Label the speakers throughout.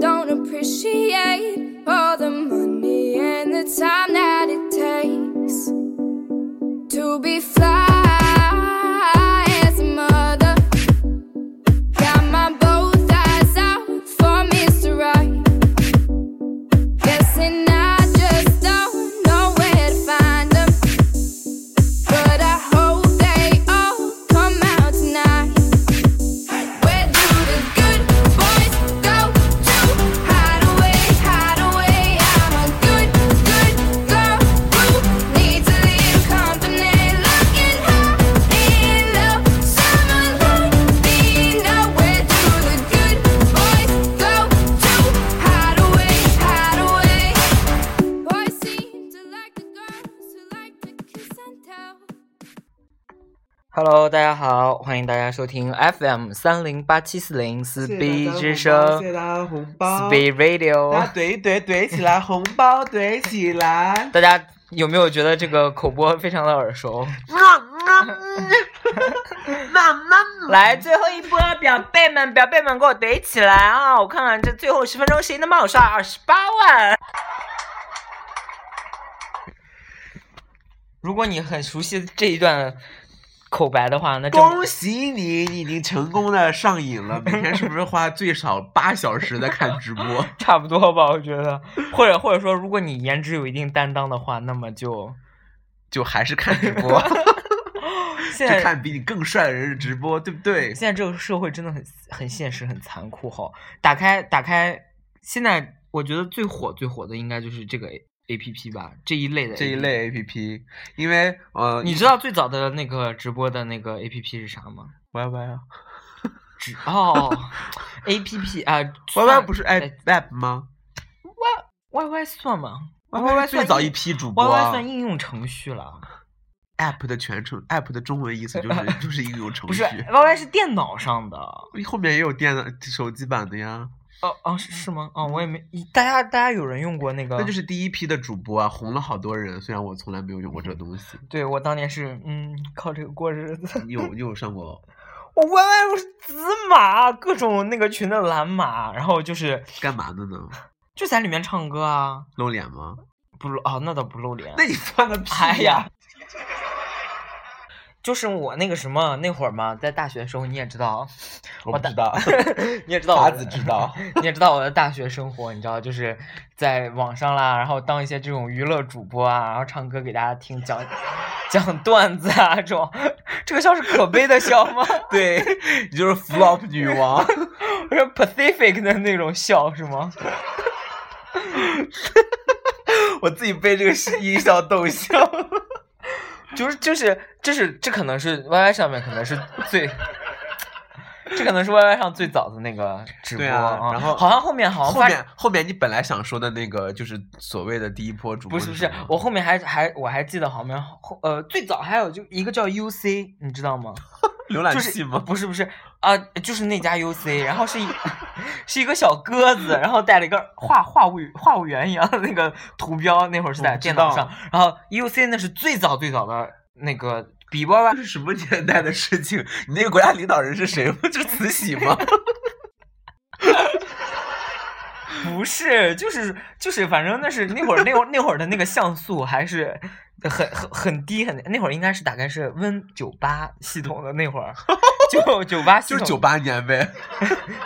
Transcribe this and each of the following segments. Speaker 1: don't appreciate all the money and the time that it takes to be fly as a mother. Got my both eyes out for Mr. Right. Guessing I just don't know where to find them. But I hope they all come out tonight. Where do the good boys go to hide away, hide away? I'm a good, good girl who needs a little company. Looking high and low, someone let me know. Where do the good boys go to hide away, hide away? Boys seem to like the girls who like to kiss and tell.
Speaker 2: Hello，大家好，欢迎大家收听 FM 三零八七四零四
Speaker 3: 谢
Speaker 2: B
Speaker 3: 大家
Speaker 2: 之
Speaker 3: 的红
Speaker 2: 声
Speaker 3: 包谢谢
Speaker 2: 四
Speaker 3: 大家的红
Speaker 2: B
Speaker 3: 包，大家
Speaker 2: Radio。
Speaker 3: 啊怼一怼，怼起来，红包怼起来。
Speaker 2: 大家有没有觉得这个口播非常的耳熟？嗯来，最后一波，表妹们，表妹们，给我怼起来啊！我看看这最后十分钟谁能帮我刷二十八万。如果你很熟悉这一段口白的话，那证明
Speaker 3: 恭喜你，你已经成功的上瘾了。每天是不是花最少八小时在看直播？
Speaker 2: 差不多吧，我觉得，或者或者说，如果你颜值有一定担当的话，那么就
Speaker 3: 就还是看直播，就
Speaker 2: 现在
Speaker 3: 看比你更帅的人的直播，对不对
Speaker 2: 现？在这个社会真的很很现实，很残酷哈。打开打开，现在我觉得最火最火的应该就是这个 A P P 吧，这一类的 APP
Speaker 3: 这一。类 A P P，因为呃，
Speaker 2: 你知道最早的那个直播的那个 A P P 是啥吗？
Speaker 3: Y Y 啊
Speaker 2: 只哦，A P P 啊
Speaker 3: ，Y Y 不是
Speaker 2: Y
Speaker 3: App App 吗
Speaker 2: Y Y 算吗
Speaker 3: ？Y
Speaker 2: YY
Speaker 3: 最
Speaker 2: 算
Speaker 3: 早
Speaker 2: 应
Speaker 3: 一批主播
Speaker 2: ？Y
Speaker 3: 啊
Speaker 2: Y 算应用程序了，啊
Speaker 3: App 的全称，App 的中文意思 就是就是应用程
Speaker 2: 不
Speaker 3: 序
Speaker 2: 是。Y Y 是电脑上的。
Speaker 3: 后面也有电脑、手机版的呀，
Speaker 2: 哦哦是是吗？哦我也没，大家大家有人用过那个？
Speaker 3: 那就是第一批的主播啊，红了好多人。虽然我从来没有用过这东西，
Speaker 2: 对我当年是嗯靠这个过日子。
Speaker 3: 你有你有上过
Speaker 2: 我 YY 我是紫马，各种那个群的蓝马，然后就是
Speaker 3: 干嘛的呢？
Speaker 2: 就在里面唱歌啊，
Speaker 3: 露脸吗？
Speaker 2: 不露啊那倒不露脸。
Speaker 3: 那你放个屁
Speaker 2: 哎呀！，就是我那个什么那会儿嘛，在大学的时候你也知道，啊
Speaker 3: 我
Speaker 2: 我
Speaker 3: 不
Speaker 2: 打
Speaker 3: 知道，
Speaker 2: 你也知道我
Speaker 3: 法
Speaker 2: 的
Speaker 3: 子 知道，
Speaker 2: 你也知道我的大学生活，你知道就是在网上啦，然后当一些这种娱乐主播啊，然后唱歌给大家听，讲讲段子啊这种，这个笑是可悲的笑吗？
Speaker 3: 对你就是 flop 女王，
Speaker 2: 我说 Pacific 的那种笑是吗？ 我自己被这个是音效逗笑，就是就是这是这可能是 YY 上面可能是最，这可能是 YY 上最早的那个直播
Speaker 3: 对啊然后
Speaker 2: 好像后面好像
Speaker 3: 后
Speaker 2: 发
Speaker 3: 面后面你本来想说的那个就是所谓的第一波主播
Speaker 2: 不是不
Speaker 3: 什
Speaker 2: 是
Speaker 3: 么，
Speaker 2: 我后面还还我还记得好像后呃最早还有就一个叫 UC 你知道吗？
Speaker 3: 浏 览
Speaker 2: 就
Speaker 3: 器
Speaker 2: 是
Speaker 3: 吗？
Speaker 2: 不是不是啊、就是那家 UC，然后是一 是一个小鸽子，然后带了一个画画务画务员一样的那个图标，那会儿是
Speaker 3: 我
Speaker 2: 在
Speaker 3: 知
Speaker 2: 电脑
Speaker 3: 道
Speaker 2: 上，然后 UC 那是最早最早的那个比 YY
Speaker 3: 这是什么年代的事情？你那个国家领导人是谁吗？就是慈禧 吗？
Speaker 2: 不是，就是就是，反正那是那会儿那会儿那会儿的那个像素还是很很很低，很那会儿应该是大概是 Win 九八系统的那会 儿，就九八系
Speaker 3: 就是
Speaker 2: 统
Speaker 3: 九八年呗。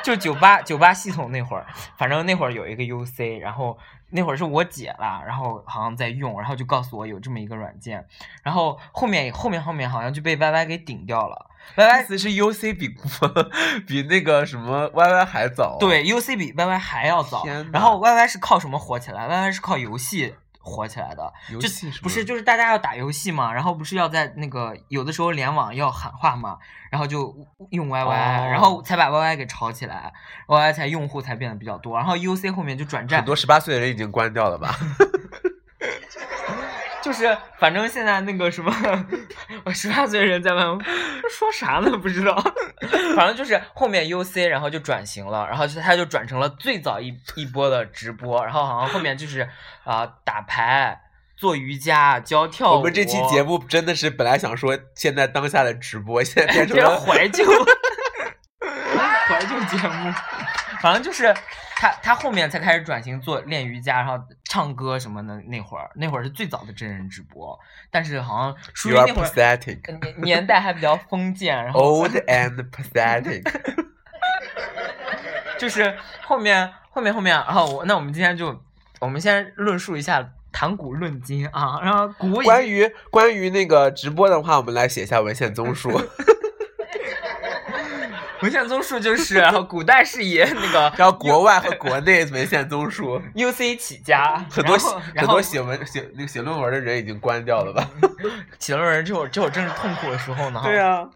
Speaker 2: 就九八九八系统那会儿，反正那会儿有一个 UC，然后那会儿是我姐啦，然后好像在用，然后就告诉我有这么一个软件，然后后面后面后面好像就被 YY 给顶掉了
Speaker 3: 意
Speaker 2: ，YY
Speaker 3: 思是 UC 比 比那个什么 YY 还早、
Speaker 2: 对 UC 比 YY 还要早
Speaker 3: 哦天，
Speaker 2: 然
Speaker 3: 呐
Speaker 2: 后 YY 是靠什么火起来？YY 是靠游戏。火起来的，
Speaker 3: 游
Speaker 2: 就
Speaker 3: 戏什么
Speaker 2: 不是就是大家要打游戏嘛，然后不是要在那个有的时候联网要喊话嘛，然后就用 YY，、
Speaker 3: 哦
Speaker 2: 然后才把 YY 给炒起来，YY 才用户才变得比较多，然后 UC 后面就转战
Speaker 3: 很，多十八岁的人已经关掉了吧？
Speaker 2: 就是反正现在那个什么，我十八岁人在问说啥呢？不知道，反正就是后面 UC 然后就转型了，然后就他就转成了最早一一波的直播，然后好像后面就是啊、呃打牌、做瑜伽、教跳舞。
Speaker 3: 我们这期节目真的 是 本来想说现在当下的直播，现在变成
Speaker 2: 变成
Speaker 3: 了
Speaker 2: 怀旧。怀怀旧节目，反正就是他他后面才开始转型做练瑜伽，然后唱歌什么的。那会儿那会儿是最早的真人直播，但是好像属于
Speaker 3: You are
Speaker 2: 那会儿
Speaker 3: pathetic,
Speaker 2: 呃年 年代还比较封建，然后
Speaker 3: old and pathetic。
Speaker 2: 就是后面后面后面，然后我那我们今天就我们先论述一下谈古论今啊，然后古已经
Speaker 3: 关于关于那个直播的话，我们来写一下文献综述，
Speaker 2: 文献综述就是古代是以那个
Speaker 3: 然后国外和国内文献综述。
Speaker 2: U C 起家，
Speaker 3: 很多
Speaker 2: 然
Speaker 3: 写
Speaker 2: 后
Speaker 3: 很
Speaker 2: 然后
Speaker 3: 多写文写那个写论文的人已经关掉了吧？
Speaker 2: 写论文之后，这会儿正是痛苦的时候呢。啊，
Speaker 3: 啊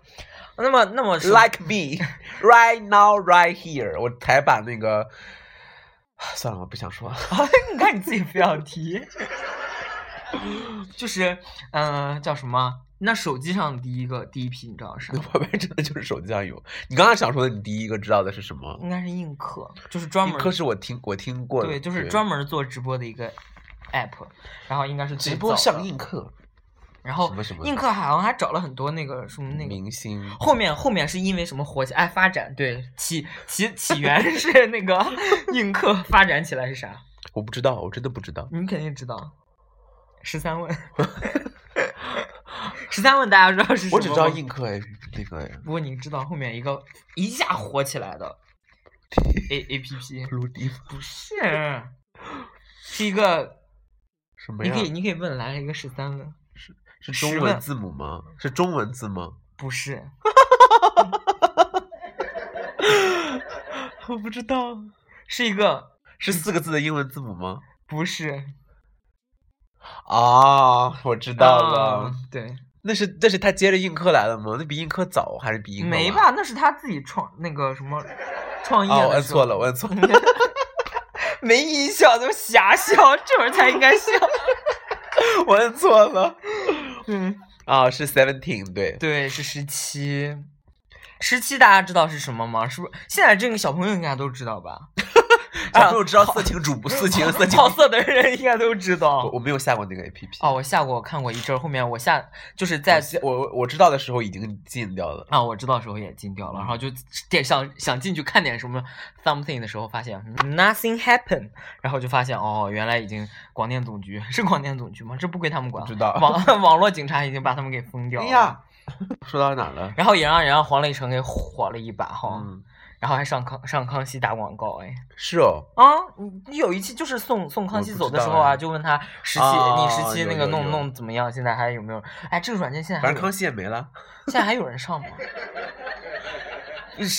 Speaker 2: 那么那么说
Speaker 3: ，Like me, right now, right here，我才把那个，算了，我不想说了。
Speaker 2: 啊，你看你自己非要提， 就是嗯、呃叫什么？那手机上第一个第一批你知道是啥
Speaker 3: 那？旁边真的就是手机上有。你刚刚想说的，你第一个知道的是什么？
Speaker 2: 应该是映客，就是专门
Speaker 3: 可是我听我听过的，
Speaker 2: 对，就是专门做直播的一个 app，然后应该是最
Speaker 3: 直播
Speaker 2: 早
Speaker 3: 上
Speaker 2: 的，
Speaker 3: 映课，
Speaker 2: 然后
Speaker 3: 什么什么
Speaker 2: 映客好像还找了很多那个什么那个
Speaker 3: 明星
Speaker 2: 后面后面是因为什么火起？哎，发展对起起起 源是那个映客发展起来是啥？
Speaker 3: 我不知道，我真的不知道。
Speaker 2: 你们肯定知道，十三 问。十三问大家知道是什么？
Speaker 3: 我只知道。映客哎那个哎
Speaker 2: 不过你知道后面一个一下火起来 的 A A P P
Speaker 3: 陆地
Speaker 2: 不是，是一个
Speaker 3: 什么
Speaker 2: 你
Speaker 3: 呀
Speaker 2: 可？以你可以问来了一个十三问，
Speaker 3: 是中
Speaker 2: 十
Speaker 3: 文
Speaker 2: 万
Speaker 3: 字母吗？是中文字吗？
Speaker 2: 不是
Speaker 3: 我不知道，
Speaker 2: 是一个
Speaker 3: 是四个字的英文字母吗？
Speaker 2: 不是
Speaker 3: 啊，我知道了。
Speaker 2: 啊对，
Speaker 3: 那是那是他接着映客来的吗？那比映客早还是比映客
Speaker 2: 没
Speaker 3: 晚？
Speaker 2: 吧？那是他自己创那个什么创业
Speaker 3: 哦，
Speaker 2: 的
Speaker 3: 我摁
Speaker 2: 时候。
Speaker 3: 错了，我摁错了。
Speaker 2: 没音效都瞎笑，这会儿才应该笑。
Speaker 3: 我摁错了。
Speaker 2: 嗯，
Speaker 3: 啊、是 Seventeen，对，
Speaker 2: 对，是十七。十七大家知道是什么吗？是不是现在这个小朋友应该都知道吧？
Speaker 3: 小
Speaker 2: 啊
Speaker 3: 朋友知道色情主 播、色情、色情。
Speaker 2: 好色的人应该都知
Speaker 3: 我
Speaker 2: 道。
Speaker 3: 我没有下过那个 A P P。
Speaker 2: 哦，我下过，我看过一阵儿，后面我下就是
Speaker 3: 我
Speaker 2: 在
Speaker 3: 下，我我我知道的时候已经禁掉了。
Speaker 2: 啊，我知道的时候也禁掉了，
Speaker 3: 嗯
Speaker 2: 然后就点想想进去看点什么 something 的时候，发现嗯 nothing happen，然后就发现哦，原来已经广电总局 是广电总局吗？这不归他们管，
Speaker 3: 不知道
Speaker 2: 网 网络警察已经把他们给封掉
Speaker 3: 哎
Speaker 2: 了。
Speaker 3: 呀， 说到哪儿了？
Speaker 2: 然后也让也让黄磊成给火了一把哈，
Speaker 3: 嗯，
Speaker 2: 然后还上康上康熙打广告哎，
Speaker 3: 是 哦，
Speaker 2: 啊，你你有一期就是送送康熙走的时候
Speaker 3: 我不知道哎
Speaker 2: 啊，就问他十七、
Speaker 3: 啊
Speaker 2: 你十七
Speaker 3: 有
Speaker 2: 那个
Speaker 3: 有
Speaker 2: 弄
Speaker 3: 有
Speaker 2: 弄怎么样，现在还有没有？哎，这个软件现在还
Speaker 3: 反
Speaker 2: 有
Speaker 3: 正康熙也没了，
Speaker 2: 现在还有人上吗？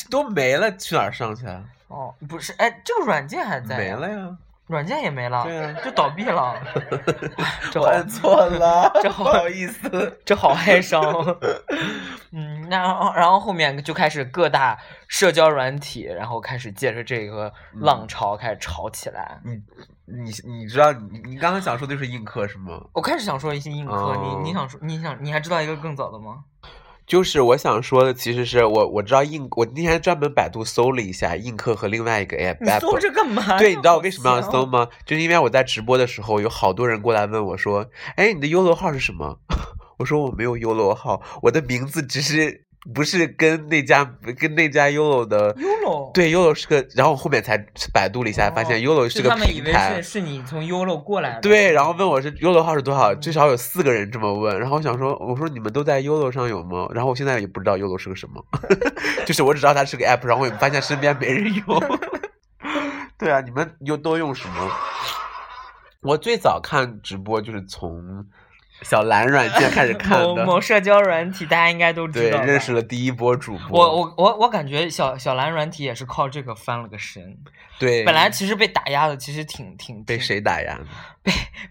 Speaker 3: 都没了，去哪儿上去啊？
Speaker 2: 哦，不是，哎，这个软件还在
Speaker 3: 没
Speaker 2: 呀
Speaker 3: 了呀，
Speaker 2: 软件也没了，
Speaker 3: 对啊
Speaker 2: 就倒闭了，这
Speaker 3: 我
Speaker 2: 好
Speaker 3: 按错 了，
Speaker 2: 这
Speaker 3: 不
Speaker 2: 好
Speaker 3: 好意思。
Speaker 2: 这好哀伤。嗯，那然后然后后面就开始各大社交软体，然后开始借着这个
Speaker 3: 嗯
Speaker 2: 浪潮开始炒起来。
Speaker 3: 你 你你知道你你刚刚想说的就是映客是吗？
Speaker 2: 我开始想说一些硬科，你
Speaker 3: 哦
Speaker 2: 你想说你想你还知道一个更早的吗？
Speaker 3: 就是我想说的，其实是我我知道映，我那天专门百度搜了一下映客和另外一个 app，
Speaker 2: 你搜
Speaker 3: app
Speaker 2: 这干 嘛？
Speaker 3: 对，你
Speaker 2: 这
Speaker 3: 知道
Speaker 2: 哎
Speaker 3: 我
Speaker 2: 好
Speaker 3: 为什么要
Speaker 2: 笑
Speaker 3: 搜？吗？就是因为我在直播的时候，有好多人过来问我说：“哎，你的 ULO 号是什么？” 我说我没有 ULO 号，我的名字只是不是跟那家跟那家 ULO 的。
Speaker 2: Yolo，
Speaker 3: 对，Yolo 是个，然后我后面才百度了一下，发现 Yolo
Speaker 2: 哦是
Speaker 3: 个
Speaker 2: 他们以
Speaker 3: 平
Speaker 2: 为
Speaker 3: 台
Speaker 2: 是。是你从 Yolo 过来的。
Speaker 3: 对，然后问我是 Yolo 号是多少，至少有四个人这么问。然后我想说，我说你们都在 Yolo 上有吗？然后我现在也不知道 Yolo 是个什么， 就是我只知道它是个 app，然后我也发现身边没人用。 对啊，你们又都用什么？我最早看直播就是从小蓝软件 开始 看
Speaker 2: 某
Speaker 3: 的，
Speaker 2: 某社交软体，大家应该都知
Speaker 3: 对
Speaker 2: 道。，
Speaker 3: 认识。了第一波主播。
Speaker 2: 我我我我感觉小小蓝软体也是靠这个翻了个身。
Speaker 3: 对，
Speaker 2: 本来其实被打压的，其实挺挺
Speaker 3: 被
Speaker 2: 挺
Speaker 3: 谁打 呀？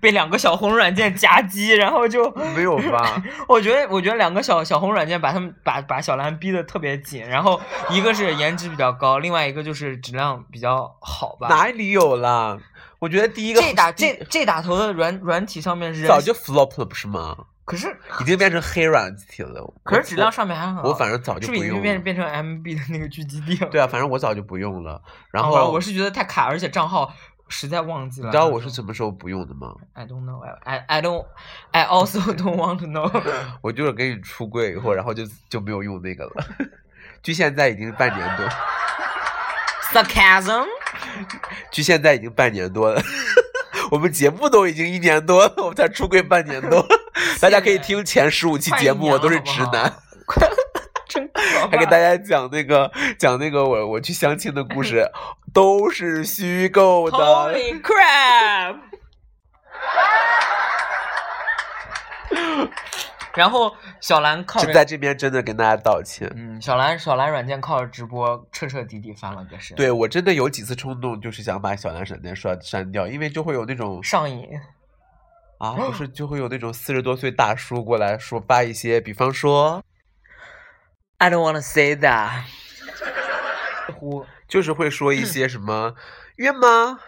Speaker 2: 被两个小红软件夹击，然后就
Speaker 3: 没有吧？
Speaker 2: 我觉得，我觉得两个小小红软件把他们把把小兰逼得特别紧，然后一个是颜值比较高，另外一个就是质量比较好吧。
Speaker 3: 哪里有啦？我觉得第一个
Speaker 2: 这打这这打头的软软体上面是
Speaker 3: 早就 flop 了，不是吗？
Speaker 2: 可是
Speaker 3: 已经变成黑软体了。
Speaker 2: 可
Speaker 3: 我
Speaker 2: 是质量上面还很好。
Speaker 3: 我，我反正早
Speaker 2: 是
Speaker 3: 就
Speaker 2: 不
Speaker 3: 不
Speaker 2: 是已经
Speaker 3: 用
Speaker 2: 变成
Speaker 3: 了。
Speaker 2: 变成 MB 的那个聚集地了？
Speaker 3: 对啊，反正我早就不用了。然
Speaker 2: 好吧
Speaker 3: 后
Speaker 2: 哦我是觉得太卡，而且账号实在忘记了。
Speaker 3: 你知道我是什么时候不用的吗？
Speaker 2: I don't know. I I don't. I also don't want to know.
Speaker 3: 我就是给 你出柜以后，然后就就没有用那个了。距现在已经半年多。
Speaker 2: sarcasm。
Speaker 3: 距现在已经半年多了， 我们节目都已经一年多了，我才出柜半年 多，大家可以听前十五期节目，我都是直男，
Speaker 2: 快一年了，好不好真可
Speaker 3: 还给
Speaker 2: 怕
Speaker 3: 大家讲那个讲那个我我去相亲的故事，都是虚构的。
Speaker 2: Holy crap！然后小兰靠
Speaker 3: 就
Speaker 2: 着
Speaker 3: 在，这边真的跟大家道歉。
Speaker 2: 嗯，小兰小兰软件靠着直播彻彻底底翻了个身，，
Speaker 3: 对我真的有几次冲动，就是想把小蓝闪电刷删掉，因为就会有那种
Speaker 2: 上瘾，
Speaker 3: 啊，不是就会有那种四十多岁大叔过来说发一些，比方说
Speaker 2: I don't wanna say that 呼。
Speaker 3: 就是会说一些什么约吗？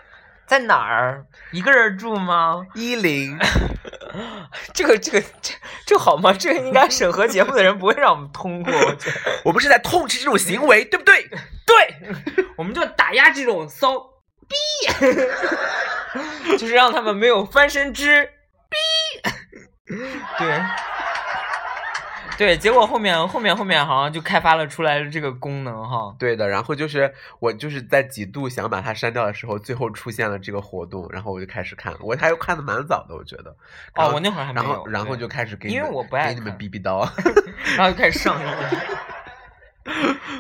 Speaker 2: 在哪儿？一个人住吗？
Speaker 3: 一零，
Speaker 2: 这个、这个、这、这好吗？这个应该审核节目的人不会让我们通过。我觉得
Speaker 3: 我们是在痛斥这种行为，对不对？
Speaker 2: 对，我们就打压这种骚逼， 就是让他们没有翻身之逼。对，对，结果后面后面后面好像就开发了出来这个功能哈。哦
Speaker 3: 对的，然后就是我就是在几度想把它删掉的时候，最后出现了这个活动，然后我就开始看，我还有看的蛮早的，我觉得。然
Speaker 2: 哦，
Speaker 3: 后
Speaker 2: 我那会儿还没
Speaker 3: 然
Speaker 2: 有。
Speaker 3: 后然后
Speaker 2: 对
Speaker 3: 就开始给你
Speaker 2: 因为
Speaker 3: 们
Speaker 2: 我不爱
Speaker 3: 给你们
Speaker 2: 看
Speaker 3: 逼逼叨，
Speaker 2: 然后就开始上瘾。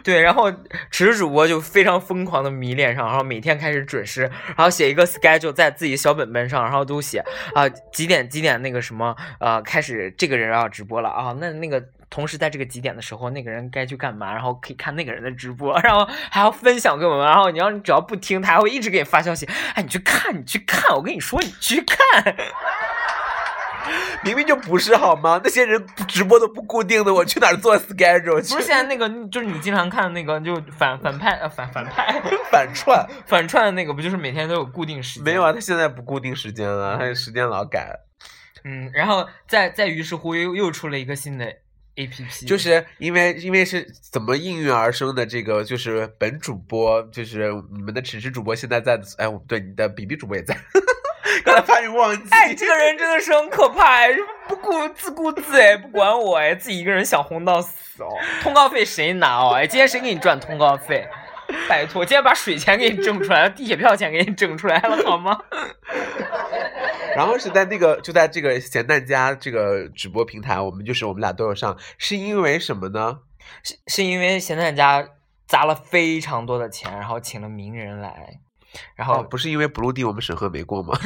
Speaker 2: 对，然后池子主播就非常疯狂的迷恋上，然后每天开始准时，然后写一个 schedule 在自己小本本上，然后都写啊、几点几点那个什么呃开始这个人要直播了啊，那那个同时在这个几点的时候，那个人该去干嘛，然后可以看那个人的直播，然后还要分享给我们，然后你要你只要不听，他还会一直给你发消息，哎你去看你去看，我跟你说你去看，
Speaker 3: 明明就不是好吗？那些人直播都不固定的，我去哪儿做 schedule
Speaker 2: 不是
Speaker 3: 去
Speaker 2: 现在那个就是你经常看的那个就反反派呃反反派。
Speaker 3: 反串？
Speaker 2: 反串的那个不就是每天都有固定时间？
Speaker 3: 没有啊，，他现在不固定时间了，他时间老改，
Speaker 2: 嗯，然后再再于是乎又又出了一个新的 A P P，
Speaker 3: 就是因为因为是怎么应运而生的这个，就是本主播，就是你们的迟迟主播现在在，哎，我对你的比比主播也在， 刚才发现忘记。
Speaker 2: 哎，这个人真的是很可怕哎，不顾自顾自哎，不管我哎，自己一个人想红到死哦，通告费谁拿哦哎，今天谁给你赚通告费？拜托，今天把水钱给你挣出来了，地铁票钱给你挣出来了，好吗？
Speaker 3: 然后是在那个就在这个咸蛋家这个直播平台，我们就是我们俩都有上，是因为什么呢？
Speaker 2: 是是因为咸蛋家砸了非常多的钱，然后请了名人来，然后
Speaker 3: 哦，不是因为 Blue D 我们审核没过吗？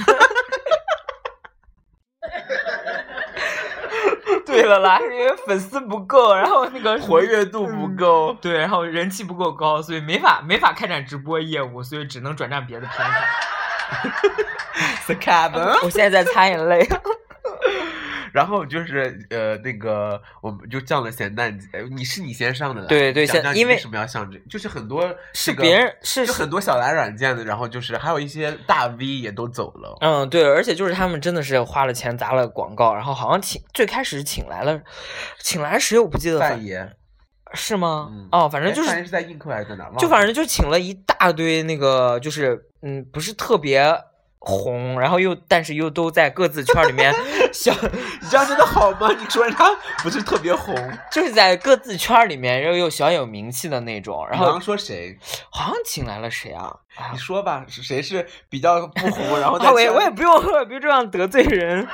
Speaker 2: 嗯 对了啦，是因为粉丝不够，然后那个什么
Speaker 3: 活跃度不够
Speaker 2: 嗯对，然后人气不够高，所以没法没法开展直播业务，所以只能转战别的平台。
Speaker 3: s c a b
Speaker 2: 我现在在擦眼泪。
Speaker 3: 然后就是呃，那个我们就上了咸蛋节，呃你是你先上的啦。
Speaker 2: 对对
Speaker 3: 讲
Speaker 2: 像
Speaker 3: 讲你
Speaker 2: 因为
Speaker 3: 为什么要上这？就是很多
Speaker 2: 是
Speaker 3: 这个
Speaker 2: 别人是
Speaker 3: 就很多小蓝软件的，然后就是还有一些大 V 也都走了。
Speaker 2: 嗯，对，而且就是他们真的是花了钱砸了广告，然后好像请最开始请来了，请来谁我不记得了
Speaker 3: 范，爷，
Speaker 2: 是吗？
Speaker 3: 嗯
Speaker 2: 哦，反正就
Speaker 3: 哎
Speaker 2: 是
Speaker 3: 范爷是在映客还是在哪？忘了
Speaker 2: 就反正就请了一大堆那个，就是嗯，不是特别红，然后又但是又都在各自圈儿里 面小，
Speaker 3: 你这样真的好吗？你说他不是特别红，
Speaker 2: 就是在各自圈儿里面又又小有名气的那种， 然
Speaker 3: 你刚
Speaker 2: 后
Speaker 3: 刚说谁？
Speaker 2: 好像请来了谁啊？啊
Speaker 3: 你说吧，是谁是比较不红？然后在
Speaker 2: 啊，我也
Speaker 3: 圈
Speaker 2: 我也不用，我也不用这样得罪人。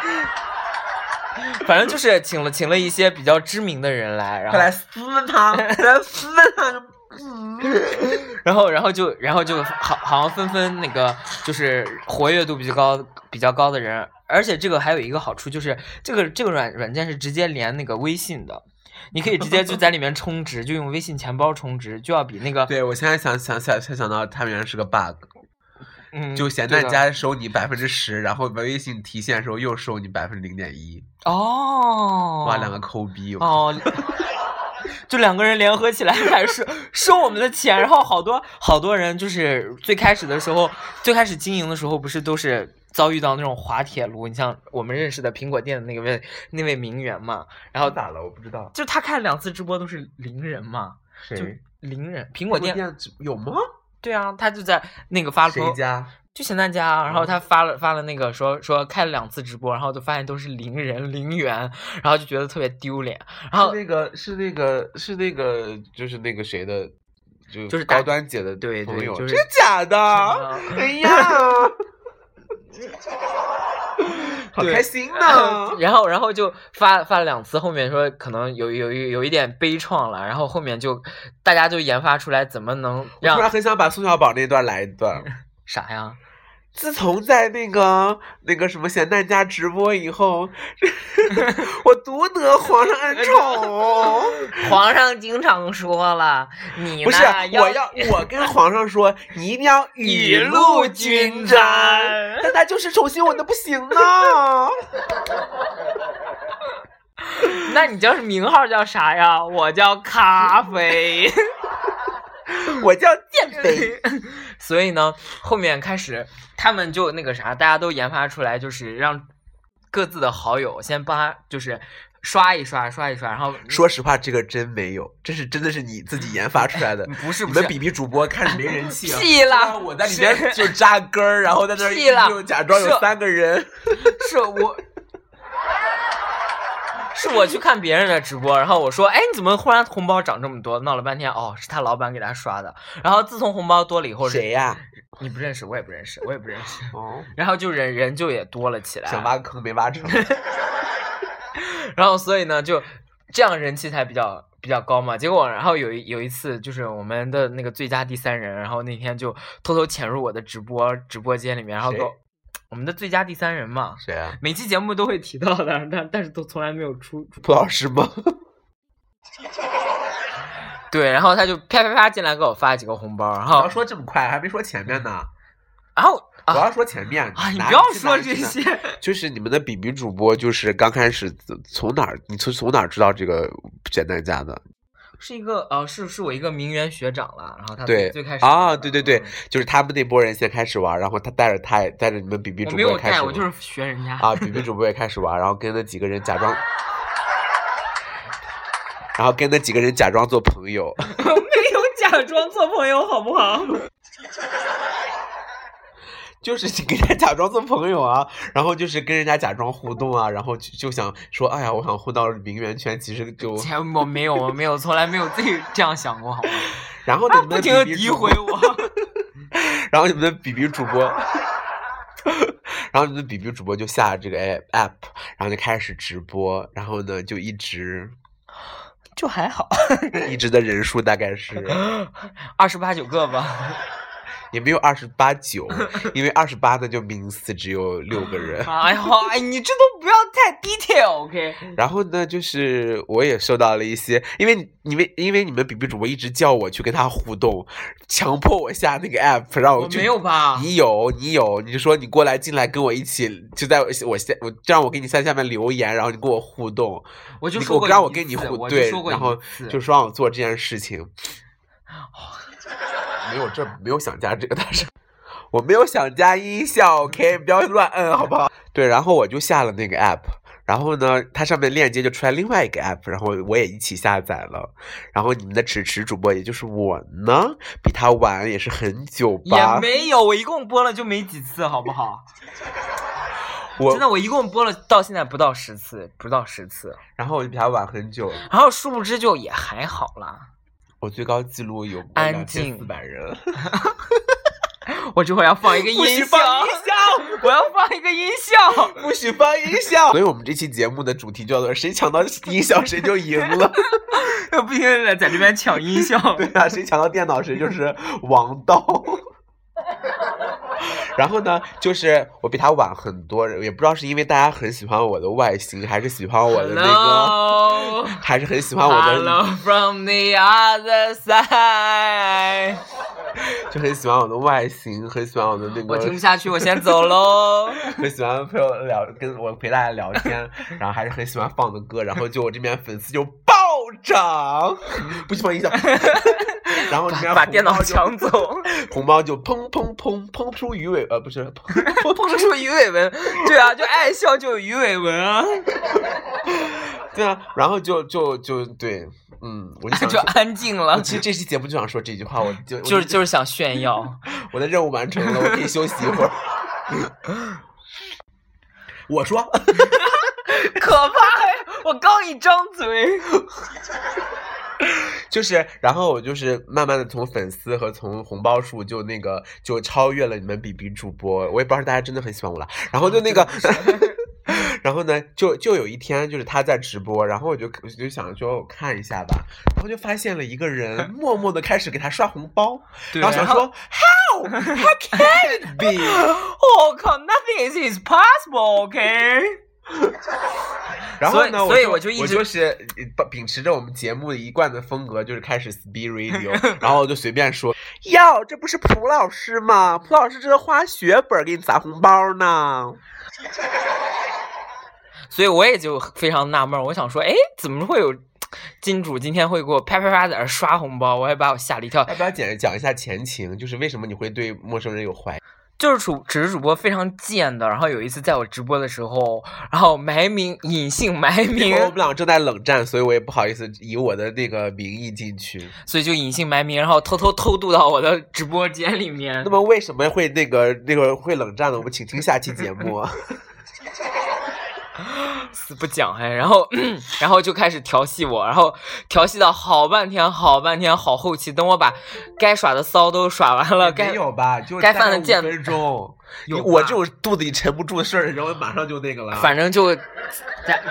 Speaker 2: 反正就是请了请了一些比较知名的人来，然后
Speaker 3: 快来撕他，来撕他！
Speaker 2: 然后，然后就，然后就好，好像纷纷那个就是活跃度比较高、比较高的人，而且这个还有一个好处就是，这个这个软软件是直接连那个微信的，你可以直接就在里面充值，就用微信钱包充值，就要比那个
Speaker 3: 对，我现在想想想想想到他原来是个 bug。
Speaker 2: 嗯
Speaker 3: 就咸
Speaker 2: 对
Speaker 3: 蛋
Speaker 2: 的
Speaker 3: 家收你百分之十，然后微信提现的时候又收你百分之零点一，
Speaker 2: 哦，
Speaker 3: 哇，两个抠逼！我
Speaker 2: 哦。 就两个人联合起来还 收收我们的钱，然后好多好多人就是最开始的时候，最开始经营的时候不是都是遭遇到那种滑铁卢？你像我们认识的苹果店的那个位那位名媛嘛，然后
Speaker 3: 咋了？我不知道
Speaker 2: 就他开两次直播都是零人嘛，就
Speaker 3: 谁。
Speaker 2: 零人苹果
Speaker 3: 我
Speaker 2: 店
Speaker 3: 只有吗？
Speaker 2: 对啊，他就在那个发了朋
Speaker 3: 谁
Speaker 2: 友
Speaker 3: 家？嗯
Speaker 2: 就咸蛋家，然后他发了发了那个说说开了两次直播，然后就发现都是零人零元，然后就觉得特别丢脸，然后
Speaker 3: 是那个是那个是那个就是那个谁的就
Speaker 2: 就是大
Speaker 3: 高端姐的
Speaker 2: 对对
Speaker 3: 朋友，
Speaker 2: 就是
Speaker 3: 真假的？
Speaker 2: 哦 真
Speaker 3: 哎呀，好
Speaker 2: 对
Speaker 3: 开心呢！
Speaker 2: 然后，然后就发发了两次，后面说可能有有有有一点悲怆了，然后后面就大家就研发出来怎么能
Speaker 3: 我突然
Speaker 2: 让
Speaker 3: 很想把宋小宝那段来一段。
Speaker 2: 啥 呀？
Speaker 3: 自从在那个那个什么咸蛋家直播以后， 我独得皇上恩宠。
Speaker 2: 皇上经常说了，你
Speaker 3: 不是
Speaker 2: 呢，
Speaker 3: 我要我跟皇上说，你一定要
Speaker 2: 雨
Speaker 3: 露
Speaker 2: 露
Speaker 3: 均
Speaker 2: 均
Speaker 3: 沾
Speaker 2: 沾。
Speaker 3: 但他就是宠幸我的不行啊！
Speaker 2: 那你叫是名号叫啥呀？我叫咖啡。
Speaker 3: 我叫 建飞，
Speaker 2: 所以呢，后面开始他们就那个啥，大家都研发出来，就是让各自的好友先帮他就是刷一刷，刷一刷，然后
Speaker 3: 说实话，这个真没有，这是真的是你自己研发出来的。
Speaker 2: 不 是
Speaker 3: 你
Speaker 2: 不
Speaker 3: 们
Speaker 2: 是
Speaker 3: 比比主播看着没 人气啊！
Speaker 2: 屁啦
Speaker 3: 我在里面就扎根儿，然后在那儿
Speaker 2: 屁啦
Speaker 3: 就假装有
Speaker 2: 是
Speaker 3: 三个人。
Speaker 2: 是我。是我去看别人的直播，然后我说，哎，你怎么忽然红包涨这么多？闹了半天，哦，是他老板给他刷的。然后自从红包多了以后，
Speaker 3: 谁 呀、
Speaker 2: 你不认识，我也不认识，我也不认识。
Speaker 3: 哦，
Speaker 2: 然后就人人就也多了起来。
Speaker 3: 想挖个坑没挖 成。
Speaker 2: 然后所以呢，就这样人气才比较比较高嘛。结果然后有一有一次，就是我们的那个最佳第三人，然后那天就偷偷潜入我的直播直播间里面，然后给我
Speaker 3: 谁
Speaker 2: 我们的最佳第三人嘛，
Speaker 3: 谁啊？
Speaker 2: 每期节目都会提到的，但但是都从来没有出。出
Speaker 3: 蒲老师吗？
Speaker 2: 对，然后他就啪啪啪进来给我发几个红包，然
Speaker 3: 我
Speaker 2: 后
Speaker 3: 要哦说这么快，还没说前面呢。
Speaker 2: 然后
Speaker 3: 我
Speaker 2: 啊
Speaker 3: 要说前面
Speaker 2: 啊，你
Speaker 3: 拿
Speaker 2: 不要
Speaker 3: 去
Speaker 2: 说
Speaker 3: 拿
Speaker 2: 这
Speaker 3: 去拿
Speaker 2: 些，
Speaker 3: 就是你们的比比主播，就是刚开始从哪儿？你从从哪儿知道这个简单家 的？
Speaker 2: 啊是一个呃，是是我一个名媛学长啦，然后他
Speaker 3: 对，
Speaker 2: 最开始
Speaker 3: 啊，
Speaker 2: 玩的
Speaker 3: 对对对
Speaker 2: 嗯，
Speaker 3: 就是他们那波人先开始玩，然后他带着他也带着你们比比
Speaker 2: 我
Speaker 3: 主
Speaker 2: 没
Speaker 3: 播
Speaker 2: 有
Speaker 3: 也开始
Speaker 2: 带，我
Speaker 3: 玩，
Speaker 2: 就是学人家
Speaker 3: 啊，比比主播也开始玩，然后跟那几个人假装，然后跟那几个人假装做朋友。
Speaker 2: 我没有假装做朋友，好不 好？
Speaker 3: 就是 你跟人家假装做朋友啊，然后就是跟人家假装互动啊，然后就就想说，哎呀，我想混到名媛圈，其实就，
Speaker 2: 前我没有，我没有，从来没有自己这样想 过，好吗？
Speaker 3: 然后你
Speaker 2: 他
Speaker 3: 们
Speaker 2: 不
Speaker 3: 的
Speaker 2: 停的
Speaker 3: 比
Speaker 2: 诋
Speaker 3: 比主播
Speaker 2: 毁，我，
Speaker 3: 然后你们的比比主播，然后你们的比比主播就下了这个 app，然后就开始直播，然后呢就一直
Speaker 2: 就还好，
Speaker 3: 一直的人数大概是
Speaker 2: 二十八九个 吧，
Speaker 3: 也没有二十八九，因为二十八呢就名次只有六 个人。
Speaker 2: 哎呀，哎，你这都不要太 detail，OK？、
Speaker 3: 然后呢，就是我也受到了一些，因为因为因为你们比比主播一直叫我去跟他互动，强迫我下那个 app，让
Speaker 2: 我
Speaker 3: 去。
Speaker 2: 没有啊吧？
Speaker 3: 你有，你有，你就说你过来进来跟我一起，就在我我下我这样，我给你在下面留言，然后你跟我互动，
Speaker 2: 我就
Speaker 3: 你
Speaker 2: 说
Speaker 3: 我
Speaker 2: 过
Speaker 3: 让我
Speaker 2: 一
Speaker 3: 跟你
Speaker 2: 次
Speaker 3: 互
Speaker 2: 我就
Speaker 3: 对
Speaker 2: 说，过
Speaker 3: 然
Speaker 2: 一
Speaker 3: 后
Speaker 2: 次
Speaker 3: 就是让我做这件事情。没有这没有想加这个大声，我没有想加音效，OK，不要乱摁，好不好？对，然后我就下了那个 app，然后呢，它上面链接就出来另外一个 app，然后我也一起下载了。然后你们的迟迟主播，也就是我呢，比他晚也是很久吧
Speaker 2: 也？没有，我一共播了就没几次，好不好？
Speaker 3: 我
Speaker 2: 真的，我一共播了到现在不到十次，不到十次。
Speaker 3: 然后我就比他晚很久。
Speaker 2: 然后殊不知就也还好啦。
Speaker 3: 我最高记录有
Speaker 2: 安静
Speaker 3: 四百人，
Speaker 2: 我这会儿要放一个
Speaker 3: 不许
Speaker 2: 音
Speaker 3: 放
Speaker 2: 效，
Speaker 3: 音效，
Speaker 2: 我要放一个音效。
Speaker 3: 不许放音效。所以我们这期节目的主题叫做“ 谁抢到音效谁就赢了
Speaker 2: 不停的在这边抢音效。”，
Speaker 3: 对啊，谁抢到电脑谁就是王道。 然后呢，就是我比他晚很多，也不知道是因为大家很喜欢我的外形，还是喜欢我的那个，
Speaker 2: Hello,
Speaker 3: 还是很喜欢我的
Speaker 2: hello from the other side。
Speaker 3: 就很喜欢我的外形，很喜欢我的那个。
Speaker 2: 我听不下去，我先走喽。
Speaker 3: 很喜欢陪我聊，跟我陪大家聊 天，然后还是很喜欢放的歌，然后就我这边粉丝就暴涨， 不许放音响，然后这边
Speaker 2: 把把
Speaker 3: 红
Speaker 2: 电脑
Speaker 3: 包就
Speaker 2: 抢 走，
Speaker 3: 红包就砰砰砰砰出鱼尾，呃，不是， 砰
Speaker 2: 蹦出鱼尾纹。对啊，就爱笑就有鱼尾纹啊，
Speaker 3: 对啊，然后就就就对，嗯，我就 想
Speaker 2: 就
Speaker 3: 说，
Speaker 2: 安静
Speaker 3: 我
Speaker 2: 了。
Speaker 3: 其实这期节目就想说这句话，我就我
Speaker 2: 就是就是想炫 耀，
Speaker 3: 我的任务完成了，我可以休息一会儿。 我说，
Speaker 2: 哎可怕呀！我刚一张嘴，
Speaker 3: 就是，然后我就是慢慢的从粉丝和从红包数就那个就超越了你们比比主播，我也不知道是大家真的很喜欢我了。然后就那 个，然后呢，就就有一天就是他在直播，然后我就我就想说我看一下吧，然后就发现了一个 人默默的开始给他刷红包，
Speaker 2: 对
Speaker 3: 然后想说 how how can it be？
Speaker 2: 我靠，nothing is is possible，OK？、
Speaker 3: 然后呢，
Speaker 2: 所以所以
Speaker 3: 我
Speaker 2: 我就一
Speaker 3: 我
Speaker 2: 直
Speaker 3: 就是呃秉秉持着我们节目的一贯的风格，就是开始 speed radio，然后我就随便说，哟，这不是蒲老师吗？蒲老师这是花血本给你砸红包呢。
Speaker 2: 所以我也就非常纳闷儿，我想说，哎，怎么会有金主今天会给我啪啪啪在那儿刷红包？我还把我吓了一跳
Speaker 3: 要。不要简讲一下前情？就是为什么你会对陌生人有怀疑？
Speaker 2: 就是主只是主播非常贱的，然后有一次在我直播的时候，然后埋名隐姓埋
Speaker 3: 因
Speaker 2: 名
Speaker 3: 为，我们俩正在冷战，所以我也不好意思以我的那个名义进去。
Speaker 2: 所以就隐姓埋名，然后偷偷偷渡到我的直播间里面
Speaker 3: 那。么为什么会那个那个会冷战呢？我们请听下期 节目。
Speaker 2: 死不讲哎，然后 然后就开始调戏我，然后调戏到好半天，好半天，好后期，等我把该耍的骚都耍完了，该
Speaker 3: 没有啊吧？就
Speaker 2: 该犯的
Speaker 3: 大概
Speaker 2: 贱
Speaker 3: 五分钟，你
Speaker 2: 有吧
Speaker 3: 我这种肚子里沉不住的事儿，然后马上就那个了。
Speaker 2: 反正就才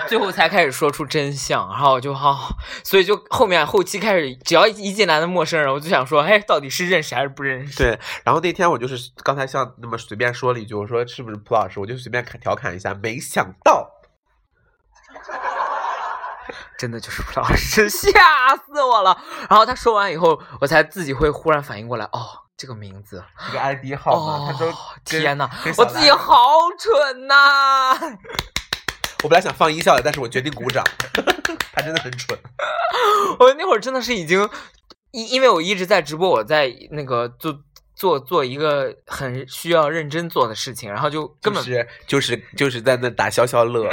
Speaker 2: 最后才开始说出真相，然后我就好、所以就后面后期开始，只要一进来的陌生人，我就想说，哎，到底是认识还是不认识？
Speaker 3: 对，然后那天我就是刚才像那么随便说了一句，我说是不是蒲老师？我就随便侃调侃一下，没想到
Speaker 2: 真的 就是蒲老师，吓死我了。然后他说完以后，我才自己会忽然反应过来，哦，这个名字，
Speaker 3: 这个 ID 号码，
Speaker 2: 哦
Speaker 3: 他都，跟
Speaker 2: 天哪
Speaker 3: 跟，小
Speaker 2: 我自己
Speaker 3: 兰
Speaker 2: 好蠢呐、
Speaker 3: 我本来想放音效的，但是我决定鼓掌， 他真的很蠢。
Speaker 2: 我那会儿真的是已经，因因为我一直在直播，我在那个做做做一个很需要认真做的事情，然后就根本
Speaker 3: 就是就是就是在那打消消乐，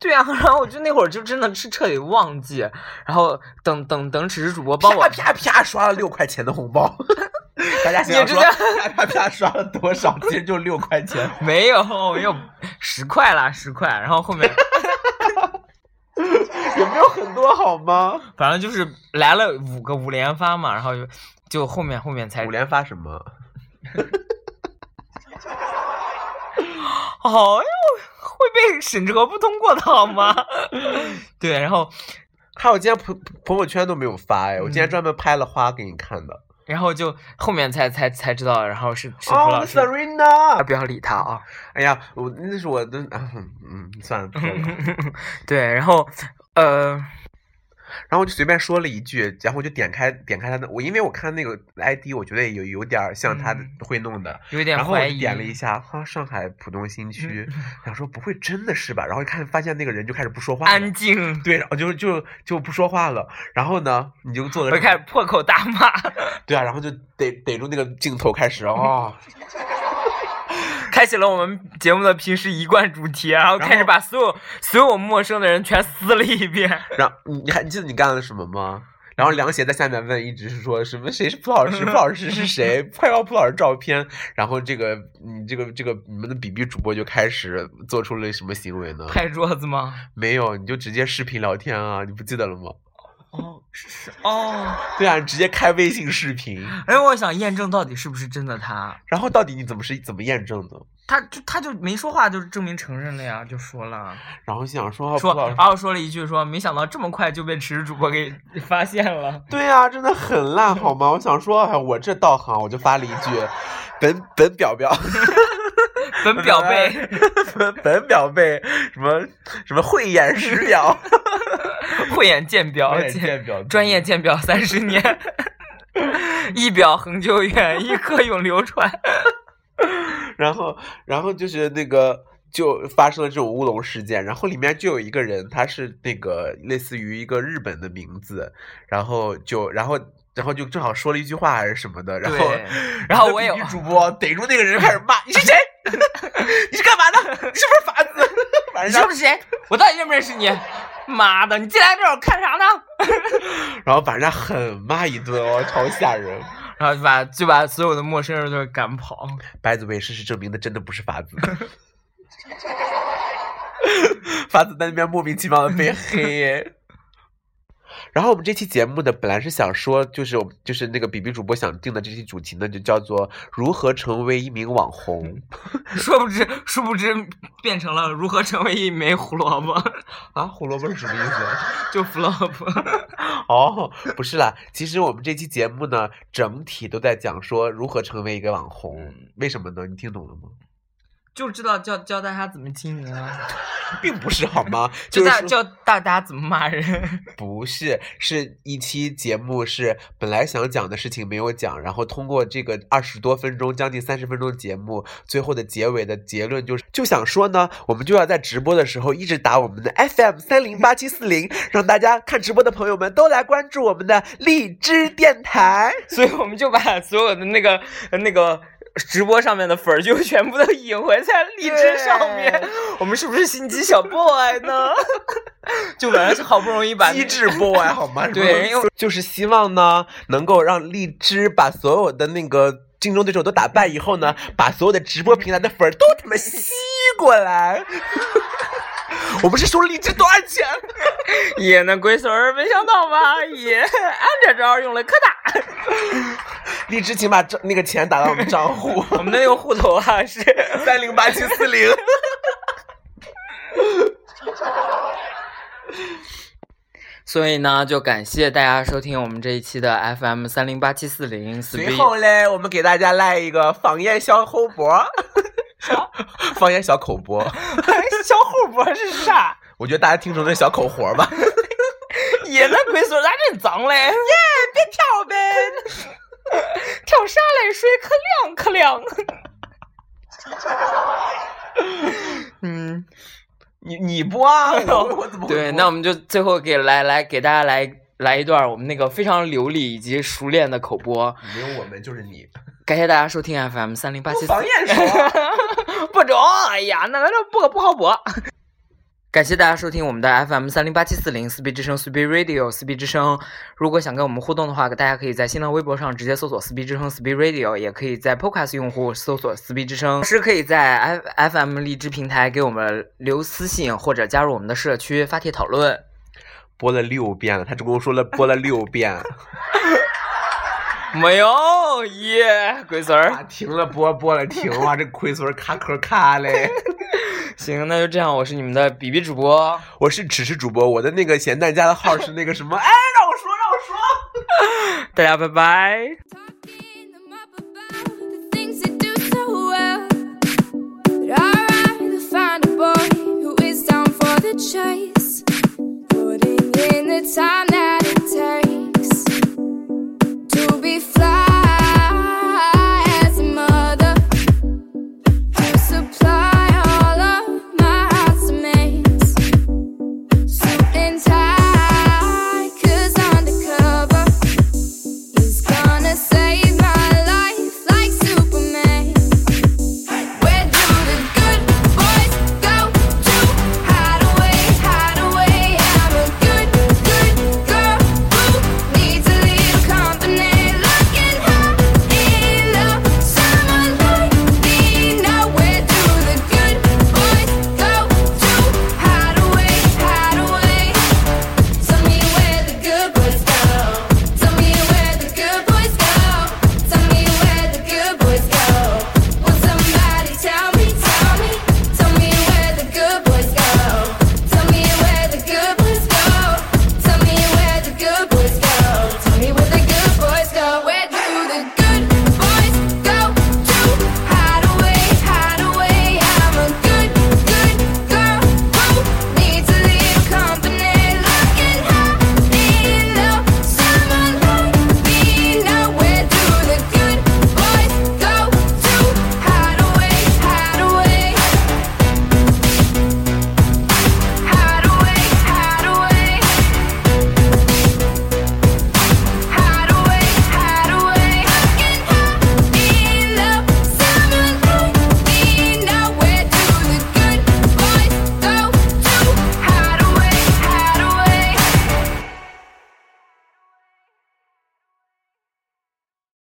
Speaker 2: 对啊， 然后我就那会儿就真的是彻底忘记，然后等等等，只是主播帮我
Speaker 3: 啪，啪啪刷了六块钱的红包， 大家想想
Speaker 2: 你
Speaker 3: 说
Speaker 2: 这
Speaker 3: 啪啪啪刷了多少？其实就六块钱。
Speaker 2: 没有没有十块啦，十块，然后后 面
Speaker 3: 有没有很多好吗？
Speaker 2: 反正就是来了五个五连发嘛，然后就就后面后面才
Speaker 3: 五连发什么？
Speaker 2: 哦哟会被审核不通过的好吗？ 对，然后
Speaker 3: 还有今天朋朋友圈都没有发哎，我今天专门拍了花给你看的。
Speaker 2: 然后就后面才才才知道，然后是是蒲
Speaker 3: 哦
Speaker 2: 老师，
Speaker 3: ，Serena，
Speaker 2: 不要理他啊。
Speaker 3: 哎呀，我那是我的，啊嗯，算了，不说了。
Speaker 2: 对，然后呃，
Speaker 3: 然后我就随便说了一句，然后我就点开点开他的，我因为我看那个 ID，我觉得有有点儿像他的
Speaker 2: 嗯
Speaker 3: 会弄的，
Speaker 2: 有点
Speaker 3: 然后我
Speaker 2: 怀
Speaker 3: 就
Speaker 2: 疑。嗯
Speaker 3: 点了一下哈、上海浦东新区， 想说不会真的是吧？然后一看发现那个人就开始不说话了
Speaker 2: 安，静，
Speaker 3: 对，然后就就就不说话了。然后呢，你就坐
Speaker 2: 我
Speaker 3: 在
Speaker 2: 就开始破口大骂，
Speaker 3: 对啊，然后就逮逮住那个镜头开 始哦，
Speaker 2: 开启了我们节目的平时一贯主题，然后
Speaker 3: 然
Speaker 2: 开始
Speaker 3: 后
Speaker 2: 把所有所有陌生的人全撕了一遍。
Speaker 3: 然后你你还你记得你干了什么吗？然后凉鞋在下面问，一直是说什么谁是蒲老师，蒲老师是谁，快要蒲老师照片。然后这个你这个这个你们的 B B 主播就开始做出了什么行为呢？
Speaker 2: 拍桌子吗？
Speaker 3: 没有，你就直接视频聊天啊，你不记得了吗？
Speaker 2: 哦，是哦。
Speaker 3: 对啊，你直接开微信视频。
Speaker 2: 哎，我想验证到底是不是真的他，
Speaker 3: 然后到底你怎么是怎么验证的？
Speaker 2: 他就他就没说话，就是证明承认了呀，就说了。
Speaker 3: 然后想说啊，蒲
Speaker 2: 说，
Speaker 3: 老师
Speaker 2: 然，后说了一句说，没想到这么快就被池主播给发现了。
Speaker 3: 对啊，真的很烂好吗？我想说，哎，我这道行，我就发了一句，本本表表。
Speaker 2: 本 表被
Speaker 3: 本本表被什么什么慧眼识 表，
Speaker 2: 慧眼鉴表，鉴
Speaker 3: 见表
Speaker 2: 专业鉴表三十年， 一表恒久远，一刻永流传。
Speaker 3: 然后然后就是那个就发生了这种乌龙事件，然后里面就有一个人，他是那个类似于一个日本的名字，然后就然后。然后就正好说了一句话还是什么的，然后
Speaker 2: 对， 然后我也
Speaker 3: 有主播逮住那个人开始 骂：“你是谁？你是干嘛的？你是不是法子？”反
Speaker 2: 你
Speaker 3: 正
Speaker 2: 是不是谁？我到底认不认识你？妈的，你进来这儿看啥呢？
Speaker 3: 然后把人家狠骂一顿哦，超吓人。
Speaker 2: 然后就把就把所有的陌生人都给赶跑。
Speaker 3: 白子为事实证明的真的不是法子。法子在那边莫名其妙的被黑，然后我们这期节目呢，本来是想说，就是我们就是那个比比主播想定的这期主题呢，就叫做如何成为一名网
Speaker 2: 嗯
Speaker 3: 红
Speaker 2: 殊不知，殊不知变成了如何成为一枚胡萝卜，
Speaker 3: 啊。胡萝卜是什么意思？
Speaker 2: 就 flop。
Speaker 3: 哦，不是啦，其实我们这期节目呢，整体都在讲说如何成为一个网红，
Speaker 2: 嗯
Speaker 3: 为什么呢？你听懂了吗？
Speaker 2: 就知道教教大家怎么经营啊，
Speaker 3: 并不是好吗？
Speaker 2: 就是大
Speaker 3: 说
Speaker 2: 教大家怎么骂人。
Speaker 3: 不是，是一期节目是本来想讲的事情没有讲，然后通过这个二十多分钟、将近三十分钟的节目，最后的结尾的结论就是，就想说呢，我们就要在直播的时候一直打我们的 FM 三零八七四零，让大家看直播的朋友们都来关注我们的荔枝电台。
Speaker 2: 所以我们就把所有的那个那个直播上面的粉儿就全部都引回在荔枝上面
Speaker 3: 对。
Speaker 2: 我们是不是心机小 boy 呢？就本来是好不容易把
Speaker 3: 机智 boy 好吗？
Speaker 2: 对因为
Speaker 3: 就是希望呢，能够让荔枝把所有的那个竞争对手都打败以后呢，把所有的直播平台的粉儿都他妈吸过来。 我们是说荔枝多少钱？
Speaker 2: 也能龟孙儿，没想到吧？也 按这招儿用了可 大。
Speaker 3: 荔枝请把账那个钱打到我们账户
Speaker 2: 我们的那个户头啊是
Speaker 3: 三零八七四零。
Speaker 2: 所以呢，就感谢大家收听我们这一期的 FM 三零八七四零。
Speaker 3: 随后 嘞，我们给大家来一个方言小口播， 方言小口播。
Speaker 2: 小虎博是啥？
Speaker 3: 我觉得大家听成这小口活儿吧。
Speaker 2: 也能龟孙儿，咱这脏嘞！耶，别跳呗， 跳啥嘞？水可凉可 凉。嗯，
Speaker 3: 你你播啊，我我怎么会
Speaker 2: 对，
Speaker 3: 播
Speaker 2: 那我们就最后给来来给大家来来一段我们那个非常流利以及熟练的口播，
Speaker 3: 没有我们就是你，感
Speaker 2: 感谢大家收听 FM 三零八七四。
Speaker 3: 言说。
Speaker 2: 不中，哎呀，那个这不不好播。感谢大家收听我们的 FM 三零八七四零四 B 之声四 B Radio 四 B 之声。如果想跟我们互动的话，大家可以在新浪微博上直接搜索四 B 之声四 B Radio，也可以在 Podcast 用户搜索四 B 之声，同时可以在 F FM 荔枝平台给我们留私信或者加入我们的社区发帖讨论。
Speaker 3: 播了六遍了，他总共说了播了六遍，
Speaker 2: 没有耶，鬼子
Speaker 3: 啊
Speaker 2: 儿。
Speaker 3: 停了播，播了停，哇，这龟孙儿卡壳卡嘞！
Speaker 2: 行，那就这样，我是你们的比比主播，
Speaker 3: 我是只是主播，我的那个咸蛋家的号是那个什么？哎，让我说，让我说。
Speaker 2: 大家拜拜。
Speaker 1: Talking them up about the things they do so well. But alright, they find a boy who is down for the chase, putting in the time that it takes.